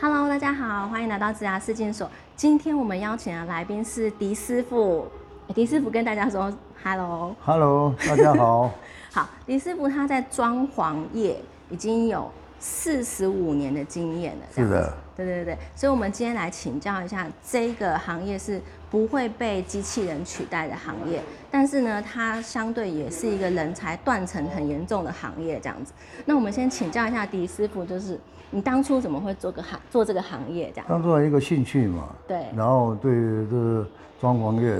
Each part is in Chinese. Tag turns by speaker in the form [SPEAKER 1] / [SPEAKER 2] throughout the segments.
[SPEAKER 1] Hello，大家好，欢迎来到植牙试镜所。今天我们邀请的来宾是迪师傅，诶迪师傅跟大家说 Hello。
[SPEAKER 2] Hello，大 家好。
[SPEAKER 1] 好，李师傅他在装潢业已经有四十五年的经验了，这样子
[SPEAKER 2] 是的，
[SPEAKER 1] 对对对，所以我们今天来请教一下，这个行业是不会被机器人取代的行业，但是呢，它相对也是一个人才断层很严重的行业，这样子。那我们先请教一下迪师傅，就是你当初怎么会做个行做这个行业这样？
[SPEAKER 2] 当做一个兴趣嘛，
[SPEAKER 1] 对
[SPEAKER 2] 然后对这个装潢业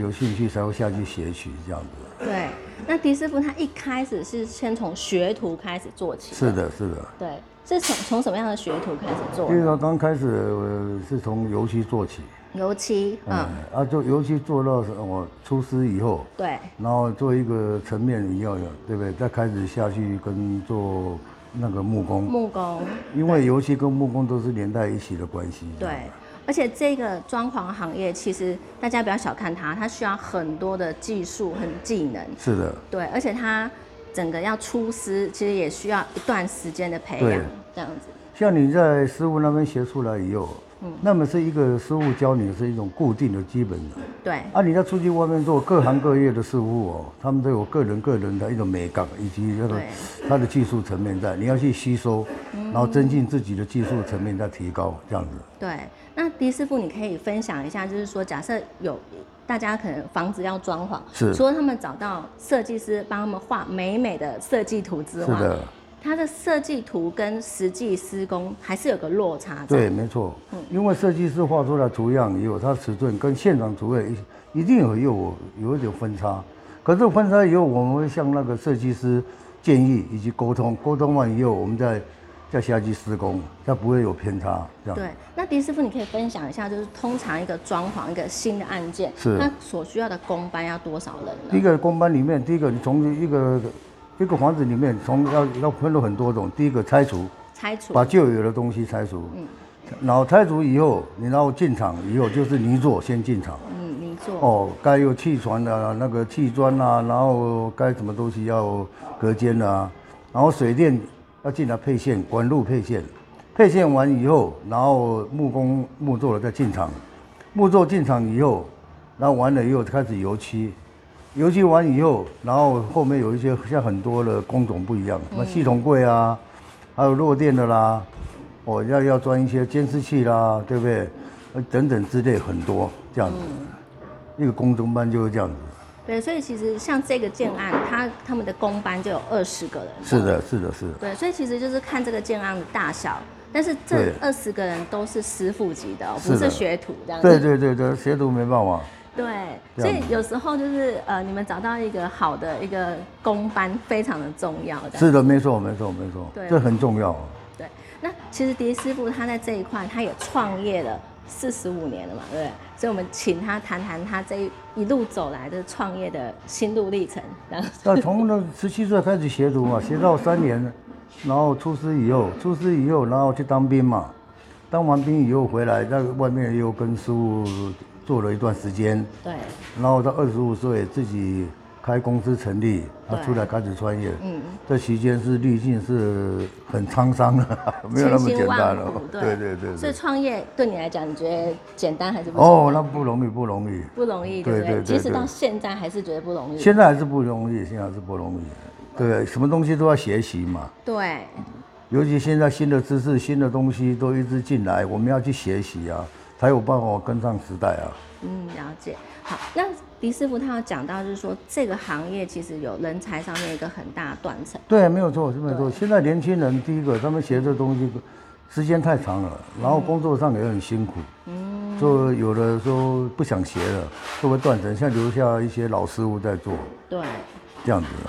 [SPEAKER 2] 有兴趣才会下去学习这样子。
[SPEAKER 1] 对，那迪师傅他一开始是先从学徒开始做起，
[SPEAKER 2] 是，的，是的。
[SPEAKER 1] 对，是从从什么样的学徒开始做
[SPEAKER 2] 因为
[SPEAKER 1] 呢？
[SPEAKER 2] 说刚开始呃是从油漆做起，
[SPEAKER 1] 油漆，嗯
[SPEAKER 2] 啊，做油漆做到我出师以后，
[SPEAKER 1] 对，
[SPEAKER 2] 然后做一个层面以后，对不对？再开始下去跟做那个木工，
[SPEAKER 1] 木工，
[SPEAKER 2] 因为油漆跟木工都是连在一起的关系。
[SPEAKER 1] 对，而且这个装潢行业其实大家不要小看它，它需要很多的技术和技能，
[SPEAKER 2] 是的，
[SPEAKER 1] 对，而且它整个要出师，其实也需要一段时间的培养
[SPEAKER 2] 对，
[SPEAKER 1] 这样子，
[SPEAKER 2] 像你在师傅那边学出来以后，那么是一个师傅教你的是一种固定的基本的，
[SPEAKER 1] 对，
[SPEAKER 2] 啊，你要出去外面做各行各业的师傅哦，他们都有个人个人的一种美感，以及那个
[SPEAKER 1] 对
[SPEAKER 2] 他的技术层面在，你要去吸收，然后增进自己的技术层面再提高，这样子。
[SPEAKER 1] 对，那狄师傅，你可以分享一下，就是说，假设有大家可能房子要装潢，
[SPEAKER 2] 是
[SPEAKER 1] 除了他们找到设计师帮他们画美美的设计图之
[SPEAKER 2] 是
[SPEAKER 1] 外，
[SPEAKER 2] 的，
[SPEAKER 1] 它的设计图跟实际施工还是有个落差在。
[SPEAKER 2] 对，没错，因为设计师画出来图样也有它尺寸跟现场图样一一定有有有一点分差，可是分差以后，我们会向那个设计师建议以及沟通，沟通完以后，我们再再下去施工，它不会有偏差，这样。
[SPEAKER 1] 对，那狄师傅，你可以分享一下，就是通常一个装潢一个新的案件，
[SPEAKER 2] 是
[SPEAKER 1] 它所需要的工班要多少人
[SPEAKER 2] 第
[SPEAKER 1] 呢？
[SPEAKER 2] 一个工班里面，第一个你从一个一个房子里面从要要分了很多种，第一个拆除，
[SPEAKER 1] 拆除
[SPEAKER 2] 把旧有的东西拆除，然后拆除以后，你然后进场以后就是泥做先进场。
[SPEAKER 1] 嗯，泥做、
[SPEAKER 2] 哦，该有气床的、啊、那个气砖啊，然后该什么东西要隔间啊，然后水电要进来配线，管路配线，配线完以后，然后木工木作的再进场，木作进场以后，然后完了以后开始油漆，油漆完以后，然后后面有一些像很多的工种不一样，什么系统柜啊，还有弱电的啦，哦要要装一些监视器啦，对不对？呃等等之类很多这样子。一个工中班就是这样子。
[SPEAKER 1] 对，所以其实像这个建案，它他们的工班就有二十个人。
[SPEAKER 2] 是的，是的，是的。
[SPEAKER 1] 对，所以其实就是看这个建案的大小，但是这
[SPEAKER 2] 对
[SPEAKER 1] 二十个人都是师傅级的、哦，
[SPEAKER 2] 是
[SPEAKER 1] 不
[SPEAKER 2] 的
[SPEAKER 1] 是学徒这样子。
[SPEAKER 2] 对对对对，学徒没办法。
[SPEAKER 1] 对，
[SPEAKER 2] 这
[SPEAKER 1] 所
[SPEAKER 2] 样
[SPEAKER 1] 以有时候就是呃，你们找到一个好的一个工班非常的重要，这样。
[SPEAKER 2] 是的，没错，没错，没错
[SPEAKER 1] 对，
[SPEAKER 2] 这很重要。
[SPEAKER 1] 对，那其实迪师傅他在这一块他也创业了四十五年了嘛，对不对？所以我们请他谈谈他这一一路走来的创业的心路历程，然后
[SPEAKER 2] 那从那十七岁开始学徒嘛，学到三年，然后出师以后，出师以后，然后去当兵嘛，当完兵以后回来，在外面又跟师傅做了一段时间，
[SPEAKER 1] 对
[SPEAKER 2] 然后到二十五岁自己开公司成立，他
[SPEAKER 1] 对
[SPEAKER 2] 出来开始创业。嗯，这期间是历尽是很沧桑的，没有那么简单
[SPEAKER 1] 千
[SPEAKER 2] 了
[SPEAKER 1] 辛万苦。对
[SPEAKER 2] 对对对。
[SPEAKER 1] 所以创业对你来讲，你觉得简单还是不简单？
[SPEAKER 2] 哦，那不容易，不容易。
[SPEAKER 1] 不容易，对不对？
[SPEAKER 2] 对对对
[SPEAKER 1] 即使
[SPEAKER 2] 对
[SPEAKER 1] 到现在还是觉得不容易。
[SPEAKER 2] 现在还是不容易，现在还是不容易。对，什么东西都要学习嘛，
[SPEAKER 1] 对
[SPEAKER 2] 尤其现在新的知识、新的东西都一直进来，我们要去学习啊，才有办法跟上时代啊。
[SPEAKER 1] 嗯，了解。好，那迪师傅他有讲到，就是说这个行业其实有人才上面一个很大的断层。
[SPEAKER 2] 对，没有错，是没有错。现在年轻人，第一个他们学这东西时间太长了，然后工作上也很辛苦，嗯，所以有的时候不想学了，就会断层，像留下一些老师傅在做
[SPEAKER 1] 对，
[SPEAKER 2] 这样子啊。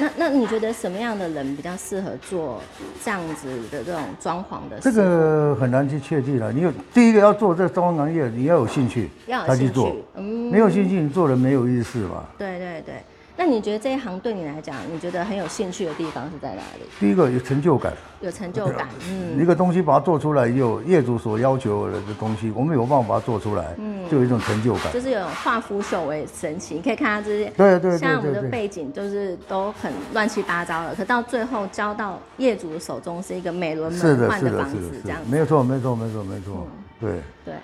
[SPEAKER 1] 那那你觉得什么样的人比较适合做这样子的这种装潢的事？
[SPEAKER 2] 这个很难去确定了。你有第一个要做这装潢行业，你要有兴趣
[SPEAKER 1] 要有
[SPEAKER 2] 才去
[SPEAKER 1] 兴趣
[SPEAKER 2] 做，
[SPEAKER 1] 嗯
[SPEAKER 2] 没有兴趣你做了没有意思嘛。
[SPEAKER 1] 对对对。那你觉得这一行对你来讲，你觉得很有兴趣的地方是在哪里？
[SPEAKER 2] 第一个有成就感，
[SPEAKER 1] 有成就 感，嗯，
[SPEAKER 2] 一个东西把它做出来，有业主所要求的东西，我们有办法把它做出来，就有一种成就感。
[SPEAKER 1] 嗯就是有化腐朽为神奇。你可以看到这些，
[SPEAKER 2] 对对对
[SPEAKER 1] 像我们的
[SPEAKER 2] 对对
[SPEAKER 1] 背景就是都很乱七八糟的，可到最后交到业主手中是一个美轮
[SPEAKER 2] 是
[SPEAKER 1] 美
[SPEAKER 2] 的，
[SPEAKER 1] 奂
[SPEAKER 2] 是的，
[SPEAKER 1] 房
[SPEAKER 2] 是的，
[SPEAKER 1] 子
[SPEAKER 2] 是
[SPEAKER 1] 这
[SPEAKER 2] 的
[SPEAKER 1] 样，子。嗯
[SPEAKER 2] 没有错，没错，没错，没错，对。
[SPEAKER 1] 对，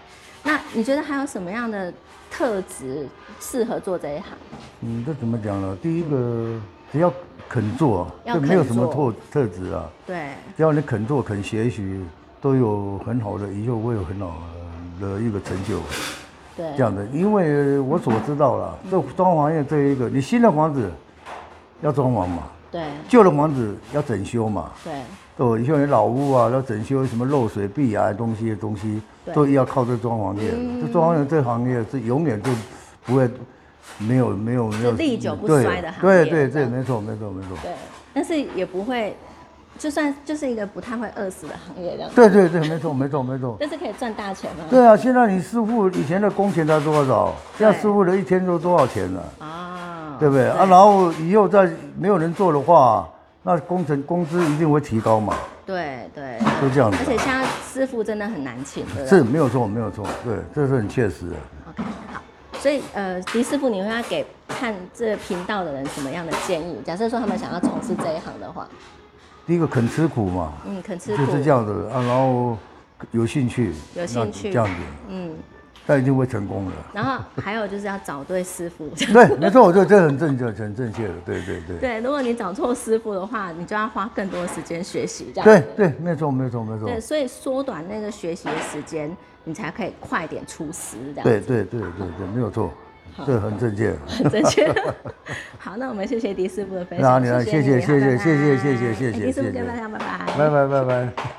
[SPEAKER 1] 那你觉得还有什么样的特质适合做这一行？
[SPEAKER 2] 嗯，这怎么讲呢？第一个，只要肯做，
[SPEAKER 1] 要
[SPEAKER 2] 这没有
[SPEAKER 1] 肯
[SPEAKER 2] 什么
[SPEAKER 1] 做
[SPEAKER 2] 特特质啊。
[SPEAKER 1] 对，
[SPEAKER 2] 只要你肯做、肯学习，都有很好的，以后会有很好的一个成就。
[SPEAKER 1] 对
[SPEAKER 2] 这，样的，因为我所知道了，这装潢业这一个，你新的房子要装潢嘛，
[SPEAKER 1] 对，
[SPEAKER 2] 旧的房子要整修嘛，
[SPEAKER 1] 对，
[SPEAKER 2] 对，以后你老屋啊要整修，什么漏水、壁啊东西东西，
[SPEAKER 1] 对
[SPEAKER 2] 都要靠这装潢业。
[SPEAKER 1] 嗯
[SPEAKER 2] 这装潢业这行业是永远都不会没有没有没有
[SPEAKER 1] 历久不
[SPEAKER 2] 对
[SPEAKER 1] 衰的行业
[SPEAKER 2] 对对
[SPEAKER 1] 这
[SPEAKER 2] 对，
[SPEAKER 1] 样
[SPEAKER 2] 没错没错没错。
[SPEAKER 1] 对，但是也不会，就算就是一个不太会饿死的行业这样子，
[SPEAKER 2] 对对对，没错没错没错。
[SPEAKER 1] 但是可以赚大钱吗？
[SPEAKER 2] 哦对啊，现在你师傅以前的工钱才多少？现在
[SPEAKER 1] 对
[SPEAKER 2] 师傅的一天都多少钱呢、
[SPEAKER 1] 啊，
[SPEAKER 2] 对不对啊？然后以后再没有人做的话，那工程工资一定会提高嘛，
[SPEAKER 1] 对对，
[SPEAKER 2] 就这样子啊
[SPEAKER 1] 而且现在师傅真的很难请，对不对？啊
[SPEAKER 2] 是没有错，没有错，对，这是很切实的。
[SPEAKER 1] OK，好。所以呃，迪师傅，你会要给看这频道的人什么样的建议？假设说他们想要从事这一行的话，
[SPEAKER 2] 第一个肯吃苦嘛，
[SPEAKER 1] 嗯，肯吃
[SPEAKER 2] 就
[SPEAKER 1] 苦，
[SPEAKER 2] 是这样子啊，然后有兴趣，
[SPEAKER 1] 有兴趣
[SPEAKER 2] 那这样子，
[SPEAKER 1] 嗯，
[SPEAKER 2] 那一定会成功的。
[SPEAKER 1] 然后还有就是要找对师傅。
[SPEAKER 2] 对，没错，我觉得这很正确，很正确的，对对 对，
[SPEAKER 1] 对，如果你找错师傅的话，你就要花更多的时间学习，这样
[SPEAKER 2] 对
[SPEAKER 1] 子
[SPEAKER 2] 对，没错没错没错，
[SPEAKER 1] 对，所以缩短那个学习的时间，你才可以快点出师，这样
[SPEAKER 2] 对对对对对，没有错，这很正确。
[SPEAKER 1] 很正确。 好，那我们谢谢迪师傅的分
[SPEAKER 2] 好
[SPEAKER 1] 享，
[SPEAKER 2] 你好
[SPEAKER 1] 谢
[SPEAKER 2] 谢谢
[SPEAKER 1] 你好
[SPEAKER 2] 谢谢
[SPEAKER 1] 拜拜
[SPEAKER 2] 谢谢谢谢谢谢
[SPEAKER 1] 哎迪师傅
[SPEAKER 2] 谢谢
[SPEAKER 1] 跟大家拜拜。
[SPEAKER 2] 拜拜拜拜。